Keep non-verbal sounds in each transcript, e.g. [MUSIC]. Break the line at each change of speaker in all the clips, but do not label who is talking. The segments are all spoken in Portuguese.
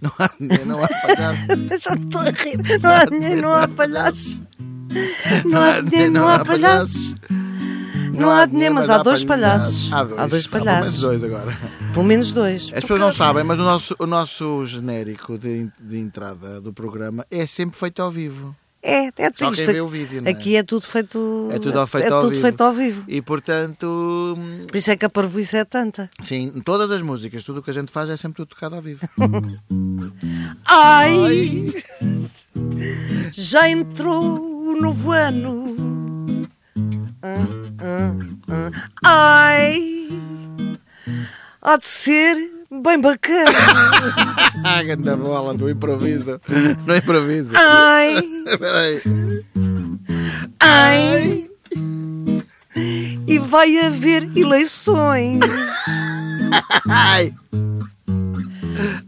não há dinheiro, não há palhaços.
[LAUGHS] Já estou a rir. Não há dinheiro, não há palhaços. Não há dinheiro, não há palhaços. Não há dinheiro, mas há dois palhaços. Há dois
Há
palhaços.
pelo menos dois agora.
Pelo menos dois.
As pessoas não sabem, mas o nosso, o nosso genérico de, de entrada do programa é sempre feito ao vivo.
É, é
Só
triste.
quem vê o vídeo, não é?
Aqui é tudo feito,
É tudo ao- feito
é
ao
tudo
vivo.
feito ao vivo.
E portanto, hum,
Por isso é que a parvoíce é tanta.
sim, todas as músicas, tudo o que a gente faz é sempre tudo tocado ao
[LAUGHS]
vivo.
Ai! Já entrou o novo ano. Ah, ah, ah. Ai! Há de ser bem bacana.
Ah, ganda bola, no improviso. No improviso.
Ai!
Peraí.
Ai! E vai haver eleições.
Ai,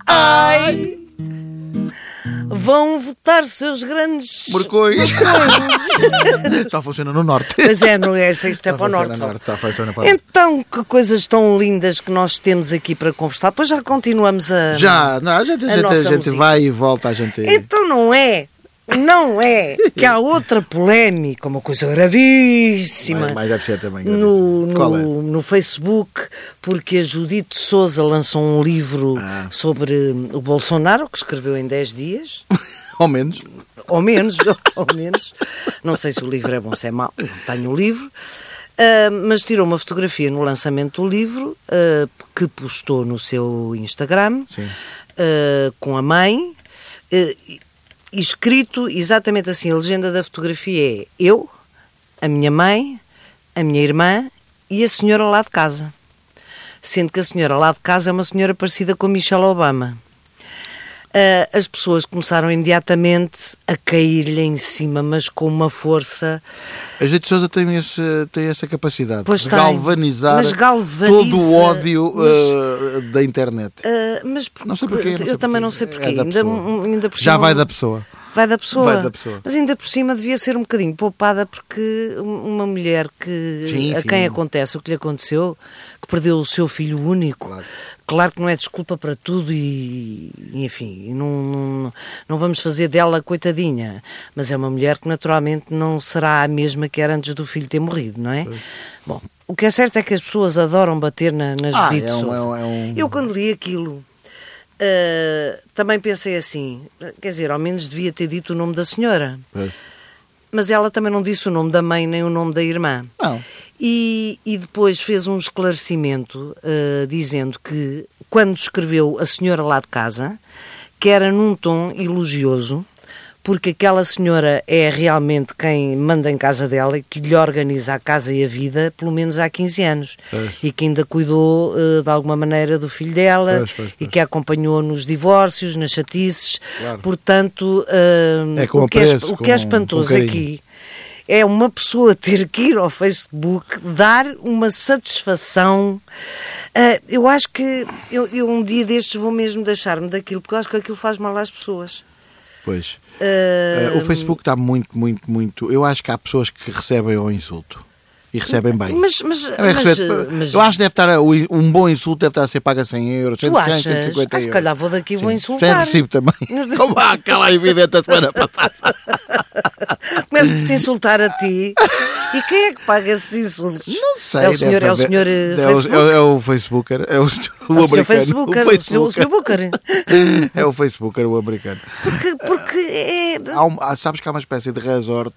Ai! Vão votar seus grandes.
porcões.
[LAUGHS]
Só funciona no norte.
Pois é, não é? Isto é
Só
para o
funciona
norte.
no Tá norte. Só funciona para o norte.
Então, que coisas tão lindas que nós temos aqui para conversar. Pois já continuamos a.
Já, não, a gente, a
A
gente, a
nossa
gente
música.
vai e volta, a gente.
Então não é.
[LAUGHS]
Não é que há outra polémica, uma coisa gravíssima,
Mas- mas deve ser também
no,
gravíssima. Qual é?
no, no Facebook, porque a Judite Souza lançou um livro
Ah.
sobre o Bolsonaro, que escreveu em 10 dias.
Ao menos.
ou menos, [LAUGHS] ou menos. Não sei se o livro é bom, se é mau, não tenho o livro. Ah, mas tirou uma fotografia no lançamento do livro ah, que postou no seu Instagram
Sim.
ah, com a mãe ah, e e escrito exatamente assim: a legenda da fotografia é eu, a minha mãe, a minha irmã e a senhora lá de casa. Sendo que a senhora lá de casa é uma senhora parecida com a Michelle Obama. Ah, as pessoas começaram imediatamente a cair-lhe em cima, mas com uma força.
A gente Souza tem, esse, tem essa capacidade
Pois
de
tem.
galvanizar
Mas galvaniza,
todo o ódio
mas-
eh, da internet.
Ah, mas por-
Não sei porquê.
eu
não sei
também
porquê.
não sei porquê.
É da
ainda, um,
pessoa.
ainda por
Já
cima-
vai da pessoa.
Vai da pessoa.
Vai da pessoa.
Mas ainda por cima devia ser um bocadinho poupada porque um, uma mulher que
Sim,
a
sim.
quem acontece o que lhe aconteceu, que perdeu o seu filho único,
Claro.
claro, que não é desculpa para tudo e enfim, e não, não, não vamos fazer dela coitadinha, mas é uma mulher que naturalmente não será a mesma que era antes do filho ter morrido, não é? Bom, o que é certo é que as pessoas adoram bater na, nas
Ah,
Judite
é um-
Sousa.
é um- é um-
Eu quando li aquilo ah, também pensei assim, quer dizer, ao menos devia ter dito o nome da senhora,
Pois.
mas ela também não disse o nome da mãe nem o nome da irmã.
Não.
E, e depois fez um esclarecimento ah, dizendo que quando escreveu a senhora lá de casa, que era num tom elogioso, porque aquela senhora é realmente quem manda em casa dela e que lhe organiza a casa e a vida, pelo menos há 15 anos.
Pois.
E que ainda cuidou ah, de alguma maneira do filho dela
Pois, pois,
e que a acompanhou nos divórcios, nas chatices.
Claro.
Portanto, ah,
É com
o, que é, esp-
apreço,
o que é
com- com
espantoso
carinho.
aqui é uma pessoa ter que ir ao Facebook dar uma satisfação. Ah, eu acho que eu, eu um dia destes vou mesmo deixar-me daquilo, porque eu acho que aquilo faz mal às pessoas.
Pois.
Ah,
Eh, o Facebook está muito, muito, muito. Eu acho que há pessoas que recebem o insulto. E recebem bem.
mas, mas,
É bem
mas, eh,
receber-
mas
eu acho é que deve estar a- o- um bom insulto deve estar a ser pago a 100 euros, 100,
tu achas?
150
Ah,
euros.
se calhar vou daqui e vou
um. Sim. Sem
insultar.
recibo também. [LAUGHS]
[LAUGHS]
Como há aquela evidente a semana passada.
Começo por te insultar a ti. E quem é que paga esses insultos?
Não sei.
É o senhor,
deve
é o
haver-
senhor eh,
é o- é
Facebook.
o- É o Facebooker. É o senhor o
É o senhor
americano.
Facebooker, o senhor- o senhor Booker.
[LAUGHS] É o Facebooker, o americano.
Porque, porque é.
Há um- há- sabes que há uma espécie de resort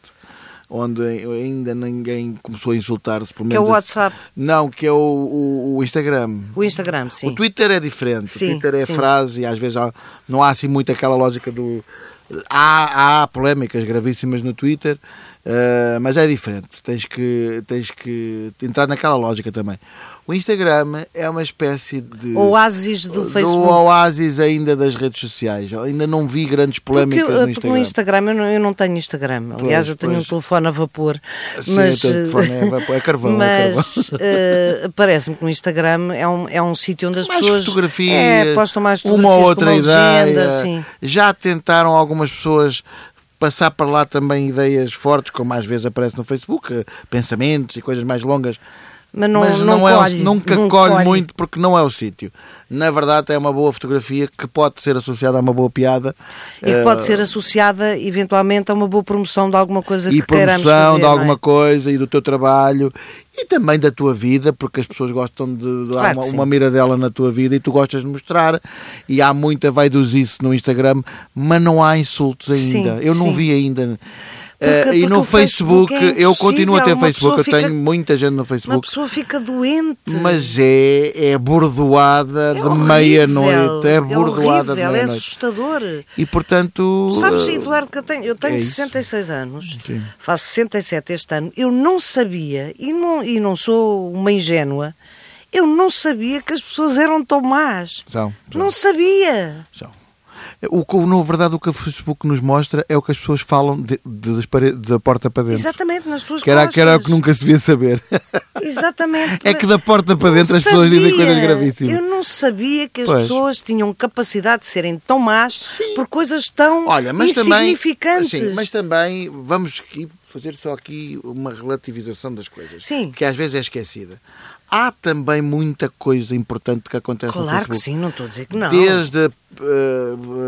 onde ainda ninguém começou a insultar-se. pelo
Que é o
menos-
WhatsApp.
Não, que é o, o- o Instagram.
O Instagram, sim.
O Twitter é diferente.
Sim,
o Twitter é
sim.
frase e às vezes há- não há assim muito aquela lógica do. Há, há polémicas gravíssimas no Twitter, eh, mas é diferente. Tens que, tens que entrar naquela lógica também. O Instagram é uma espécie de.
Oásis do Facebook.
oásis ainda das redes sociais. Ainda não vi grandes
Porque,
polémicas
eu-
no
porque no
Instagram.
Instagram eu não, eu não tenho Instagram. Aliás, eu tenho
pois.
um telefone a vapor.
Sim,
mas eh,
o teu telefone é a vapor, é carvão, é
[LAUGHS] Mas eh, parece-me que no Instagram é um, é um sítio onde as
mais
pessoas
fotografias,
é, postam mais
uma
fotografias
ou outra
com uma
ideia.
legenda, sim.
Já tentaram algumas pessoas passar para lá também ideias fortes, como às vezes aparece no Facebook, eh, pensamentos e coisas mais longas.
mas não,
mas
não,
não é o-
colhe,
nunca
não
colhe,
colhe.
muito porque não é o sítio. Na verdade, é uma boa fotografia que pode ser associada a uma boa piada
E que
eh,
pode ser associada, eventualmente, a uma boa promoção de alguma coisa
e
que queiramos
promoção
fazer,
de
não é?
alguma coisa e do teu trabalho e também da tua vida, porque as pessoas gostam de, de dar
Claro que
uma,
sim.
uma mira dela na tua vida e tu gostas de mostrar. E há muita vai dos isso no Instagram, mas não há insultos
Sim,
ainda. eu não
sim.
vi ainda.
Porque-
Eh, e
porque
no
o Facebook
Facebook,
é
eu continuo a ter
impossível, uma
Facebook, eu
pessoa
tenho
fica-
muita gente no
Uma
Facebook.
pessoa fica doente.
Mas é, é bordoada
É
de
horrível,
meia-noite. É bordoada de
horrível, é
meia-noite.
assustador.
E portanto.
Sabes,
eh,
Eduardo, que eu tenho, eu tenho
é isso.
66 anos,
Sim.
faço 67 este ano. Eu não sabia, e não, e não sou uma ingênua, eu não sabia que as pessoas eram tão más.
são, são.
Não sabia.
São. O, que- na verdade, o que o Facebook nos mostra é o que as pessoas falam de- de- das pare- da porta para dentro.
Exatamente, nas tuas
Que era,
costas.
que era o que nunca se devia saber. [LAUGHS]
Exatamente.
é que da porta para dentro
Não
as pessoas dizem
sabia.
coisas gravíssimas.
Eu não sabia que as
Pois.
pessoas tinham capacidade de serem tão más por coisas tão
Olha, mas também,
insignificantes.
sim, mas também vamos aqui fazer só aqui uma relativização das coisas,
Sim.
que às vezes é esquecida. Há também muita coisa importante que acontece no
Claro
Facebook.
que sim, não estou a dizer que não.
Desde eh,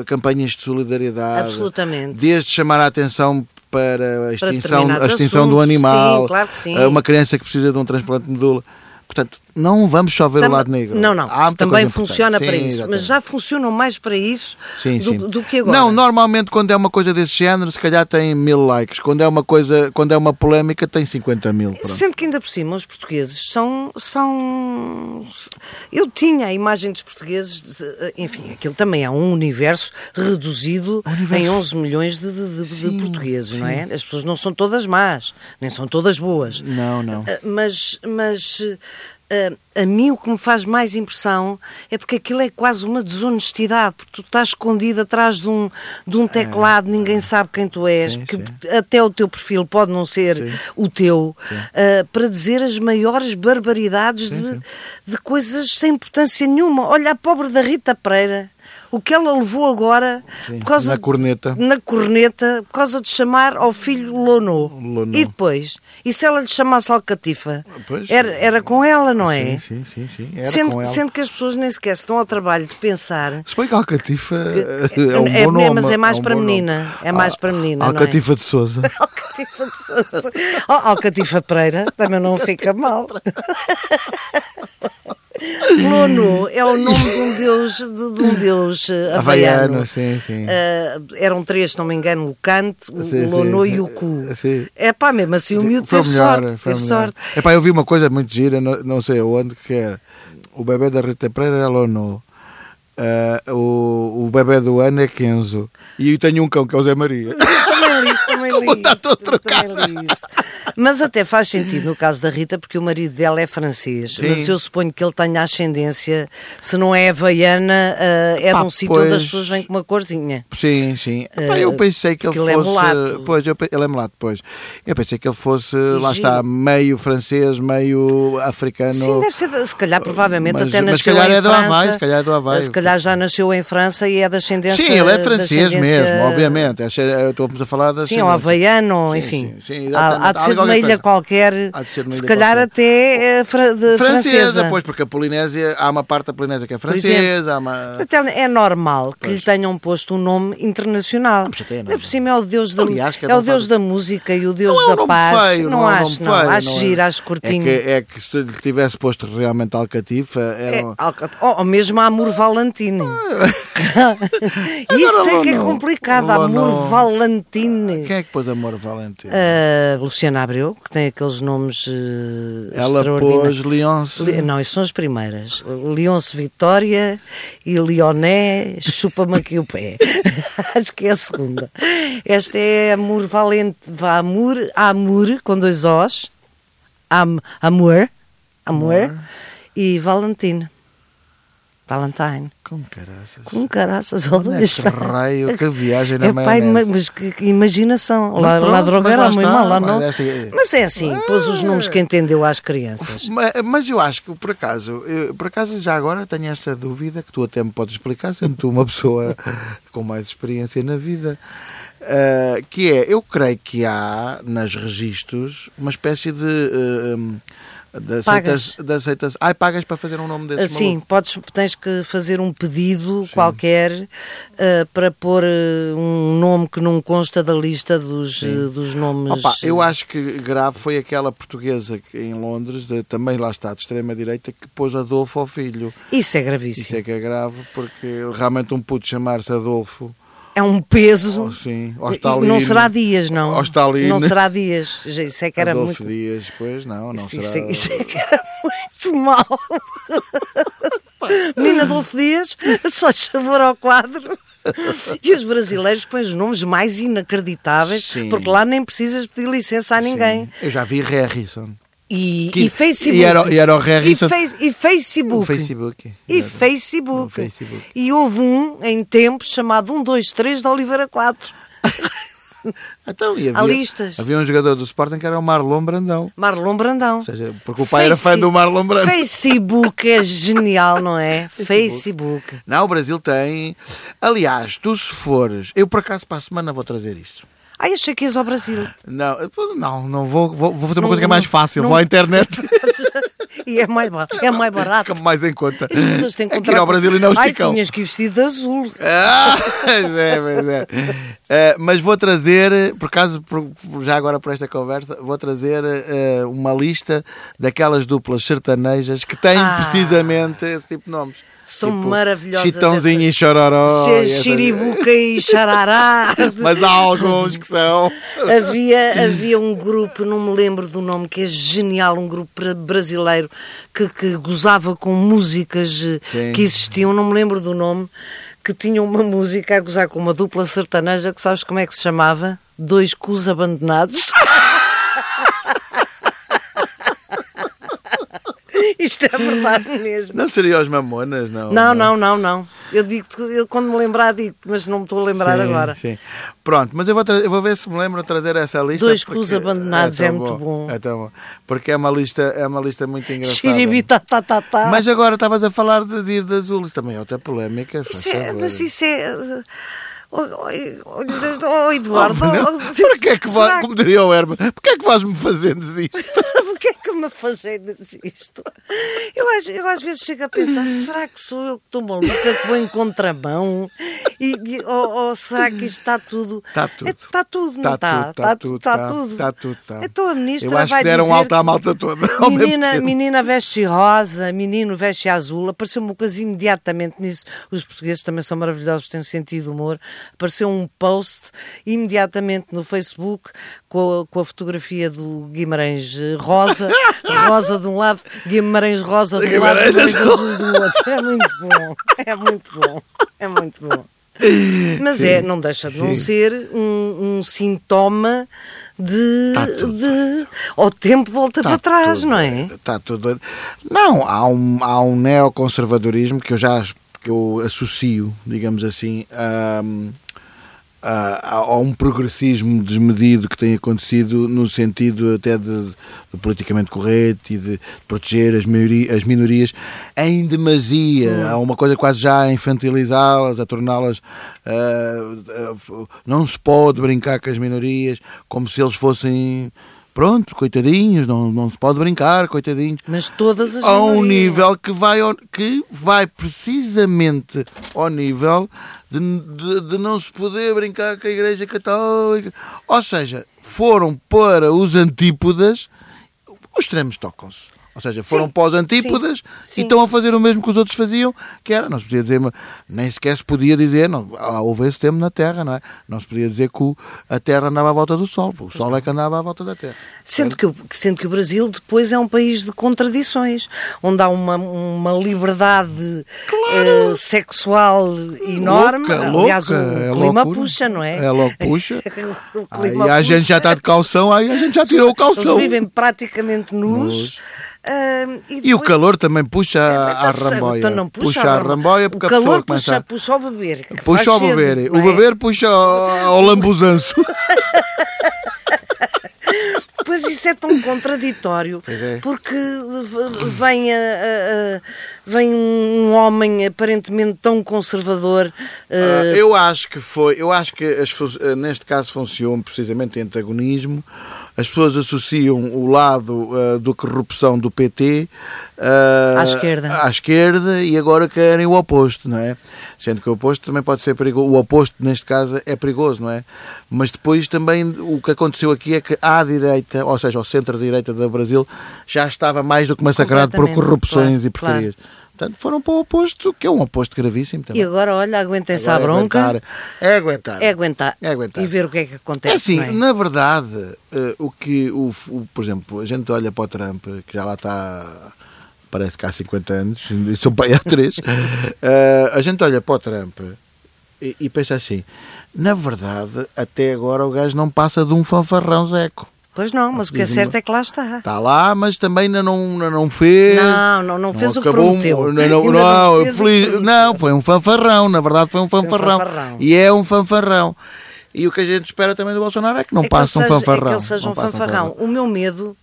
campanhas de solidariedade,
Absolutamente.
desde chamar a atenção para a extinção,
determinados
a extinção do
assuntos,
animal,
sim, claro que sim.
eh, uma criança que precisa de um transplante de medula. Portanto, não vamos só ver
Tam-
o lado negro.
Não, não,
Há muita
também
coisa importante.
funciona
Sim,
para isso, mas
exatamente.
já funcionam mais para isso
Sim,
do,
sim.
do que agora.
Não, normalmente quando é uma coisa desse género, se calhar tem mil likes. Quando é uma coisa, quando é uma polémica, tem 50 mil. pronto.
Sendo que ainda por cima os portugueses são, são. Eu tinha a imagem dos portugueses, de- enfim, aquilo também é um universo reduzido
Um universo-
em 11 milhões de, de- de- de
Sim,
portugueses, não
sim.
é? As pessoas não são todas más, nem são todas boas.
Não, não.
Ah, Mas, mas ah, a mim o que me faz mais impressão é porque aquilo é quase uma desonestidade, porque tu estás escondido atrás de um, de um teclado, ninguém sabe quem tu és,
É, Sim,
que
sim.
até o teu perfil pode não ser o teu, ah, para dizer as maiores barbaridades de, de coisas sem importância nenhuma. Olha a pobre da Rita Pereira. O que ela levou agora
Sim,
por causa
na
de-
corneta.
na corneta por causa de chamar ao filho Lono.
Lono.
E depois? E se ela lhe chamasse Alcatifa?
Pois.
Era, era com ela, não é?
Sim, sim, sim. sim. Era
sendo,
com ela.
sendo que as pessoas nem sequer se dão ao trabalho de pensar.
Se bem que Alcatifa é, um
é-
bom nome.
mas é mais
um
para
bom nome.
menina, é mais
Ah,
para menina, não é?
Alcatifa de Souza.
[LAUGHS] Alcatifa de Sousa. Oh, Alcatifa Pereira também não fica [LAUGHS] mal. Lono é o nome de um deus, de, de um deus eh,
Havaiano,
havaiano.
sim, sim.
Ah, eram três, se não me engano, o Cante, o
Sim, sim,
Lono
sim.
e o Cu.
Sim.
É pá, mesmo assim o miúdo
Foi
teve
melhor,
sorte.
foi
Teve
melhor.
sorte.
Epá, eu vi uma coisa muito gira, não, não sei aonde, que era o bebê da Rita Pereira era Lono. Ah, o, o bebê do ano é Kenzo. E eu tenho um cão que é o Zé
[LAUGHS]
Maria.
também é li,
[LAUGHS]
também li.
está
isso,
todo
também li isso. é Mas até faz sentido no caso da Rita, porque o marido dela é francês.
Sim.
Mas eu suponho que ele tenha ascendência, se não é havaiana, ah, é
Pá,
de um sítio onde
pois.
as pessoas vêm com uma corzinha.
Sim, sim. Epá, eu
Eh,
pensei que ele,
porque ele é
fosse.
mulato.
Pois, eu, pe- ele é mulato, pois. Eu pensei que ele fosse, lá
giro.
está, meio francês, meio africano.
Sim, deve ser, de- se calhar, provavelmente
Mas-
até
mas se
nasceu
calhar
em
é do
França.
Havaí, se calhar é do Havaí.
Se calhar já nasceu em França e é da ascendência.
Sim, ele é
da
francês
ascendência-
mesmo, obviamente. Essa- é, eu Estamos a falar da
Sim, é ou
ascendência.
havaiano,
Sim,
enfim.
sim, sim, exatamente.
há, há de
Há
ser de uma
qualquer
ilha
coisa.
qualquer,
Há de ser de uma
se
ilha
calhar
qualquer.
até eh, fra- de-
francesa,
francesa.
pois, porque a Polinésia, há uma parte da Polinésia que é
Por exemplo.
francesa, há uma...
Até é normal que lhe tenham posto um nome internacional.
mas até é
Ainda
normal.
por cima é o deus da,
Aliás, cada
é
um
o deus
faz-
da música e o deus
Não é um
da
nome
paz.
feio,
não,
é um nome
acho, não.
feio,
acho
é-
giro, acho curtinho.
É que, é que se lhe tivesse posto realmente Alcatifa, era... um-
É, Alcat- ou, ou mesmo a Amor
[LAUGHS]
Valentine. Isso é
Agora,
que é
Lono,
complicado.
Lono.
Amor Valentine.
Quem é que pôs Amor Valentino?
Ah, Luciana Abreu, que tem aqueles nomes eh,
Ela
extraordinários.
pôs Leonce...
Li- Não, isso são as primeiras. Leonce Vitória e Leoné chupa-me aqui o pé. [LAUGHS] Acho que é a segunda. Esta é Amor Valente, vá, Amor, Amor, com dois Os. Am, amor, amor. E Valentine. Valentine.
Como caraças?
Com caraças,
Onde é que raio, que viagem na
[LAUGHS] é pai, ma-
maionese.
mas que, que imaginação. Lá,
pronto,
lá droga
mas
era
lá
muito
está,
mal, lá
mas
não.
esta- Ah!
Mas é assim, pôs os nomes que entendeu às crianças.
Ma- Mas eu acho que, por acaso, eu- por acaso já agora tenho esta dúvida que tu até me podes explicar, sendo tu uma [LAUGHS] pessoa com mais experiência na vida, ah, que é, eu creio que há nas registros uma espécie de ah, hum, Da-
Pagas.
aceitas- da aceitas- Ai, pagas para fazer um nome desse
Assim,
maluco.
podes, tens que fazer um pedido qualquer eh, para pôr eh, um nome que não consta da lista dos, eh, dos nomes.
Opa, eu acho que grave foi aquela portuguesa que, em Londres, de- também lá está, de extrema-direita, que pôs Adolfo ao filho.
Isso é
Isso
gravíssimo.
é que é grave, porque realmente um puto chamar-se Adolfo,
É um peso.
ou sim, ou
E
Stalin,
não será dias, não.
Ao Stalin.
Não será dias. Já, Isso é que era
Adolfo
muito.
Dias, pois não, não
Isso,
será.
isso é- isso é que era muito
[LAUGHS]
mal. Menina Adolfo Dias, se faz favor ao quadro. E os brasileiros põem os nomes mais inacreditáveis,
Sim.
porque lá nem precisas pedir licença a ninguém.
Sim. Eu já vi Harrison.
E,
Que-
e Facebook.
e era- e era o Harry
E
Sot-
face- e Facebook.
O Facebook.
E
Exato.
Facebook.
O Facebook.
E houve um, em tempo, chamado 123 de Oliveira 4.
Então, e
Há
havia,
listas.
havia um jogador do Sporting que era o Marlon Brandão.
Marlon Brandão.
Ou seja, porque o pai era fã
Face-
do Marlon Brandão.
Facebook é genial,
[LAUGHS]
não é? Facebook.
Não, o Brasil tem. Aliás, tu se fores. Eu por acaso para a semana vou trazer isso.
Ai, achei que ias ao Brasil.
Não, eu- não, não vou, vou, vou fazer uma
Não,
coisa que é mais
não,
fácil.
não.
Vou à internet.
[LAUGHS] E é mais, ba- é mais barato.
[LAUGHS] Fica mais em conta.
As pessoas têm que
É que ir ao
comprar-
Brasil e não
Ai,
esticam.
tinhas que ir vestido de azul.
Ah, [LAUGHS] pois é, pois é. Eh, mas vou trazer, eh, por acaso, por- por- já agora por esta conversa, vou trazer eh, uma lista daquelas duplas sertanejas que têm
Ah.
precisamente esse tipo de nomes.
São
Tipo,
maravilhosas.
Chitãozinho e Chororó.
essas-
Oh, e essas-
Xiribuca e Xarará.
[LAUGHS] Mas há alguns que são.
Havia, havia um grupo, não me lembro do nome, que é genial, um grupo bra- brasileiro que, que gozava com músicas eh,
Sim.
que existiam, não me lembro do nome, que tinha uma música a gozar com uma dupla sertaneja que sabes como é que se chamava? Dois cus abandonados. [LAUGHS] Isto é verdade mesmo.
Não seria os Mamonas, não?
Não, não, não, não. Eu digo eu quando me lembrar digo, mas não me estou a lembrar
Sim,
agora.
sim. Pronto, mas eu vou, tra- eu vou ver se me lembro de trazer essa lista.
Dois
porque-
cus abandonados,
tão
é muito bom.
É tão bom. Porque é uma lista, é uma lista muito engraçada.
Xiribita, tá, tá, tá.
Mas agora estavas a falar de, de ir de azul, isso também é outra polémica. faz
Isso é,
favor.
mas isso é. eh, Oh, oh, oh, oh, Eduardo,
Não,
oh, oh,
Porquê
[LAUGHS]
é que
será
vais, como diria o Herman, porquê é que vais-me fazendo isto?
Porquê é que me fazes isto? Eu, às- eu às vezes chego a pensar: será que sou eu que estou maluca, que vou em contramão? E, e- ou, ou será que isto está tudo?
Está tudo.
É, Está tudo, não está?
Está Tá tudo, está tudo,
Está
está.
tá, tudo.
Está tudo, está.
Então a ministra
Eu acho
vai
que deram
dizer
alta à malta toda. [LAUGHS] ao mesmo
Menina,
tempo.
menina veste rosa, menino veste azul, apareceu uma coisa imediatamente nisso. Os portugueses também são maravilhosos, têm um sentido de humor. Apareceu um post imediatamente no Facebook com a, com a fotografia do Guimarães eh, rosa, rosa de um lado, Guimarães rosa do
Guimarães
lado, Guimarães
azul.
azul do outro. É muito bom, é muito bom, é muito bom. Mas é, não deixa de não ser um, um sintoma de,
Tá tudo,
de- O tempo volta
Tá
para trás,
tudo
não é?
doido, Está tudo doido. Não, há um, há um neoconservadorismo que eu já as- que eu associo, digamos assim, a, a, a um progressismo desmedido que tem acontecido no sentido até de, de politicamente correto e de proteger as, maioria, as minorias em demasia. Há uma coisa quase já a infantilizá-las, a torná-las. ah, ah, não se pode brincar com as minorias como se eles fossem pronto, coitadinhos, não, não se pode brincar, coitadinhos.
Mas todas as
A um
minorias.
nível que vai, ao- que vai precisamente ao nível de, de- de não se poder brincar com a Igreja Católica. Ou seja, foram para os antípodas, os extremos tocam-se. Ou seja, foram para os antípodas
sim.
e estão a fazer o mesmo que os outros faziam, que era, não se podia dizer, nem sequer se podia dizer, não, ah, houve esse tempo na Terra, não é? Não se podia dizer que o- a Terra andava à volta do Sol, porque o Sol é que andava à volta da Terra.
Sendo que, o- que- sendo que o Brasil depois é um país de contradições, onde há uma, uma liberdade eh, sexual enorme.
Louca,
Aliás,
louca,
o
é
clima
loucura.
puxa, não é?
É logo puxa.
[LAUGHS] o
Aí
clima
a gente já está de calção, aí a gente já tirou o calção.
Eles vivem praticamente nus. Ah,
E o
depois-
calor também puxa
Então,
a à
se-
ramboia.
Então não puxa,
a
ramo-
ramboia porque
o
a pessoa
calor
começa
puxa,
a-
puxa ao beber. que [LAUGHS] faz
Puxa ao
sede,
beber.
não
O
é?
beber puxa ao, ao lambuzanço.
Pois isso é tão contraditório.
Pois é.
Porque v- vem, a- a- a- vem um homem aparentemente tão conservador.
Ah,
eh,
eu acho que foi, eu acho que as fu- eh, neste caso funcionou precisamente em antagonismo, as pessoas associam o lado uh, da corrupção do PT
À esquerda.
à esquerda e agora querem o oposto, não é? Sendo que o oposto também pode ser perigoso. O oposto, neste caso, é perigoso, não é? Mas depois também o que aconteceu aqui é que à direita, ou seja, ao centro-direita do Brasil, já estava mais do que massacrado por
Completamente,
corrupções
claro,
e porcarias. Portanto, foram para o oposto, que é um oposto gravíssimo também.
E agora, olha, aguentem-se à
Agora
bronca.
É aguentar.
É aguentar.
É aguentar.
E ver o que é que acontece.
É assim,
não é?
na verdade, eh, o que, o, o- por exemplo, a gente olha para o Trump, que já lá está, parece que há 50 anos, [LAUGHS] sou pai há
[LAUGHS]
3, a gente olha para o Trump e, e pensa assim, na verdade, até agora o gajo não passa de um fanfarrão zeco.
Pois não, mas o que é certo é que lá está.
Está Tá lá, mas também ainda não, ainda não fez.
Não, não- não fez o que
acabou um-
prometeu.
Não, não,
Ainda
não,
não fez o que
feliz-
prometeu.
não, foi um fanfarrão, na verdade foi um
um
fanfarrão.
fanfarrão.
E é um fanfarrão. E o que a gente espera também do Bolsonaro é que não
É que
passe
ele
um
seja-
fanfarrão.
É que ele seja
Não
um
passe
fanfarrão. O meu medo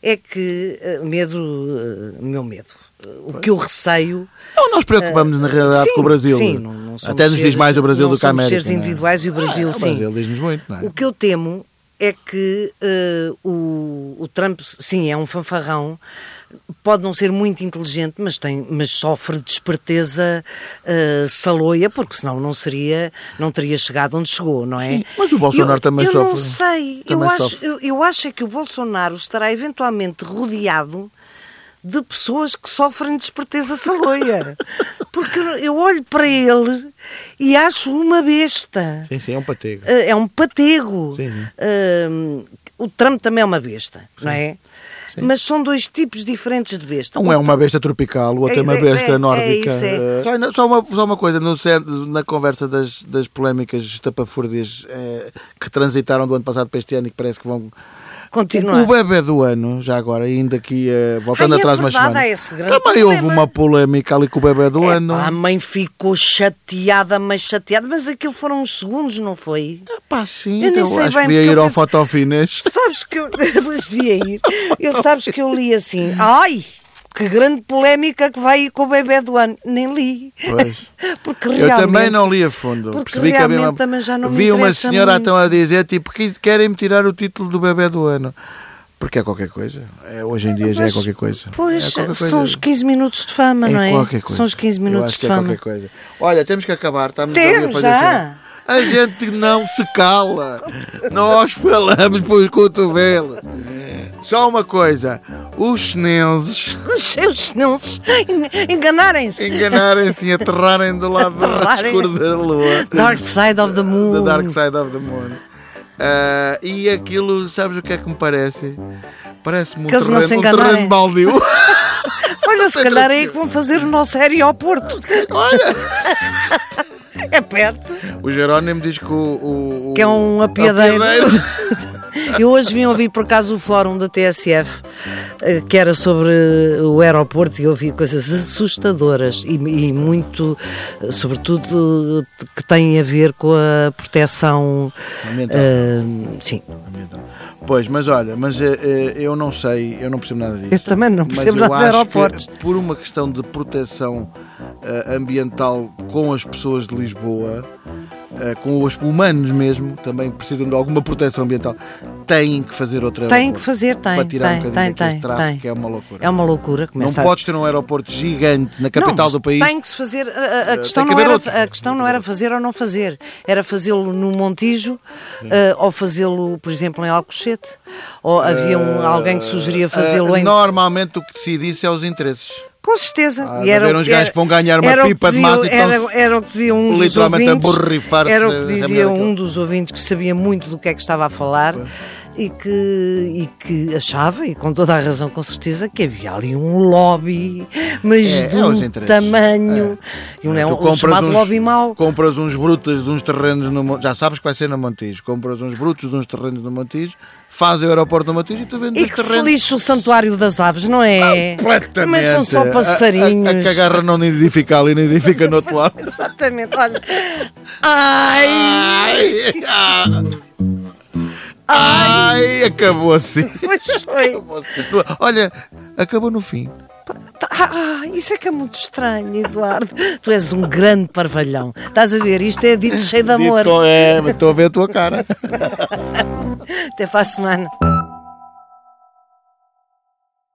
é que. eh, Medo. eh, O meu medo. eh, O que eu receio.
Não, nós preocupamos-nos É na realidade
Eh, sim,
com o Brasil.
sim, não- não somos
Até nos diz
seres-
mais o Brasil
não
do que a
somos
América.
seres
não é?
individuais e o Brasil,
Ah,
sim.
O Brasil diz-nos muito, não é?
O que eu temo é que eh, o, o Trump, sim, é um fanfarrão, pode não ser muito inteligente, mas, tem, mas sofre de esperteza eh, saloia, porque senão não seria, não teria chegado onde chegou, não é?
Sim, mas o Bolsonaro
eu,
também
eu Eu não
sofre.
sei, eu
Também
acho,
sofre.
eu, eu acho é que o Bolsonaro estará eventualmente rodeado de pessoas que sofrem de
[LAUGHS]
esperteza saloia. Porque eu olho para ele e acho uma besta.
Sim, sim, é um patego.
Eh, é um patego.
Sim, sim.
Ehm, o Trump também é uma besta, não é? Mas são dois tipos diferentes de besta.
Um é uma besta tropical, o outro é,
É-
uma
é-
besta
é- é
nórdica.
isso, é.
Eh, Só, ainda- só uma, só uma coisa, no cen- na conversa das, das polémicas tapafúrdias eh, que transitaram do ano passado para este ano e que parece que vão.
Continuar.
O é bebê do ano, já agora, ainda aqui, eh, voltando
é? Ai, é
atrás umas
verdade,
semanas.
há esse grande
também
problema. É
houve uma polémica ali com o bebê do
Epá,
é um ano.
a mãe ficou chateada, mas chateada, mas aquilo foram uns segundos, não foi?
Pá, sim,
Eu nem
então
sei
acho
bem,
que ia
porque
ir
eu
ao
penso- [LAUGHS]
Fotofinas.
Sabes que eu. Mas vi a ir. Eu sabes que eu li assim. Ai! Que grande polémica que vai aí com o bebê do ano. Nem li.
Pois.
Porque
Eu
realmente.
também não li a fundo.
porque
Percebi que havia
realmente
uma,
também já não me
vi uma
interessa
senhora
muito.
então a dizer tipo que querem me tirar o título do bebê do ano. Porque é qualquer coisa. É, hoje em dia já é
Mas,
qualquer coisa. é
Pois,
qualquer coisa.
são os 15 minutos de fama, não é?
qualquer coisa.
São os 15
Eu
minutos
acho
de
que é
fama.
qualquer coisa. Olha, temos que acabar. Estamos ali a
Temos,
fazer
já.
sinal. A gente não se cala. Nós falamos por cotovelo. Só uma coisa. Os chineses
Os seus chineses en- enganarem-se.
enganarem-se e aterrarem do lado do lado
Aterrarem.
escuro da lua.
Dark Side of the Moon.
The Dark Side of the Moon. Ah, e aquilo, sabes o que é que me parece? Parece-me um,
Que eles não
terreno,
se
um
enganaram,
terreno
é?
baldio. [LAUGHS]
Olha, se calhar é aí que vão fazer o nosso aeroporto.
Olha!
É perto.
O Jerónimo diz que o. o- o-
Que é um apiadeiro. [LAUGHS] Eu hoje vim ouvir por acaso o fórum da TSF, eh, que era sobre eh, o aeroporto, e ouvi coisas assustadoras e, e muito, eh, sobretudo, eh, que tem a ver com a proteção.
Ambiental.
eh, sim.
Pois, mas olha, mas eh, eh, eu não sei, eu não percebo nada disso.
Eu também não percebo
mas eu
nada de
acho que
aeroportos.
Por uma questão de proteção eh, ambiental com as pessoas de Lisboa, eh, com os humanos mesmo, também precisam de alguma proteção ambiental, têm que fazer outra
Tem que fazer, tem.
Para tirar um
tem,
bocadinho
tem,
daquele
tem,
tráfego
tem.
que é uma loucura.
É uma loucura.
Não
Começa a-
podes ter um aeroporto gigante na
Não,
capital
mas
do país. Eh,
Tem que se fazer. a- A, a questão
que
não
haver
era,
outro.
a questão não era fazer ou não fazer. Era fazê-lo no Montijo eh, ou fazê-lo, por exemplo, em Alcochete. Ou havia um- alguém que sugeria fazê-lo
Ah,
em.
Normalmente o que decidisse é os interesses.
Com certeza.
Há Ah, de haver uns
era-
gajos que vão ganhar uma
era o que
pipa de
dizia-
massa e
Era,
estão-se
era o que dizia um dos
literalmente a
ouvintes.
borrifar-se
Era o
na- na
que
merda
dizia
daquela.
um dos ouvintes que sabia muito do que é que estava a falar e que, e que achava, e com toda a razão, com certeza, que havia ali um lobby, mas
É,
de
é os
um
interesses.
tamanho. E não é
Tu
um, o chamado lobby mau.
compras uns brutos de uns terrenos no Mon- Já sabes que vai ser no Montijo. Compras uns brutos de uns terrenos no Montijo, faz o aeroporto no Montijo e tu vendes
E
os
que se
terrenos.
lixe o santuário das aves, não é?
Completamente.
Mas são só
A- a-
passarinhos.
A, que agarra não nidifica ali, nidifica no outro lado.
[LAUGHS] Exatamente, olha. [LAUGHS] Ai!
Ai, ah. Ai, acabou assim.
Mas foi.
Olha, acabou no fim.
Ah, isso é que é muito estranho, Eduardo. Tu és um grande parvalhão. Estás a ver? Isto é dito cheio de amor.
Dito, é, mas estou a ver a tua cara.
Até para a semana.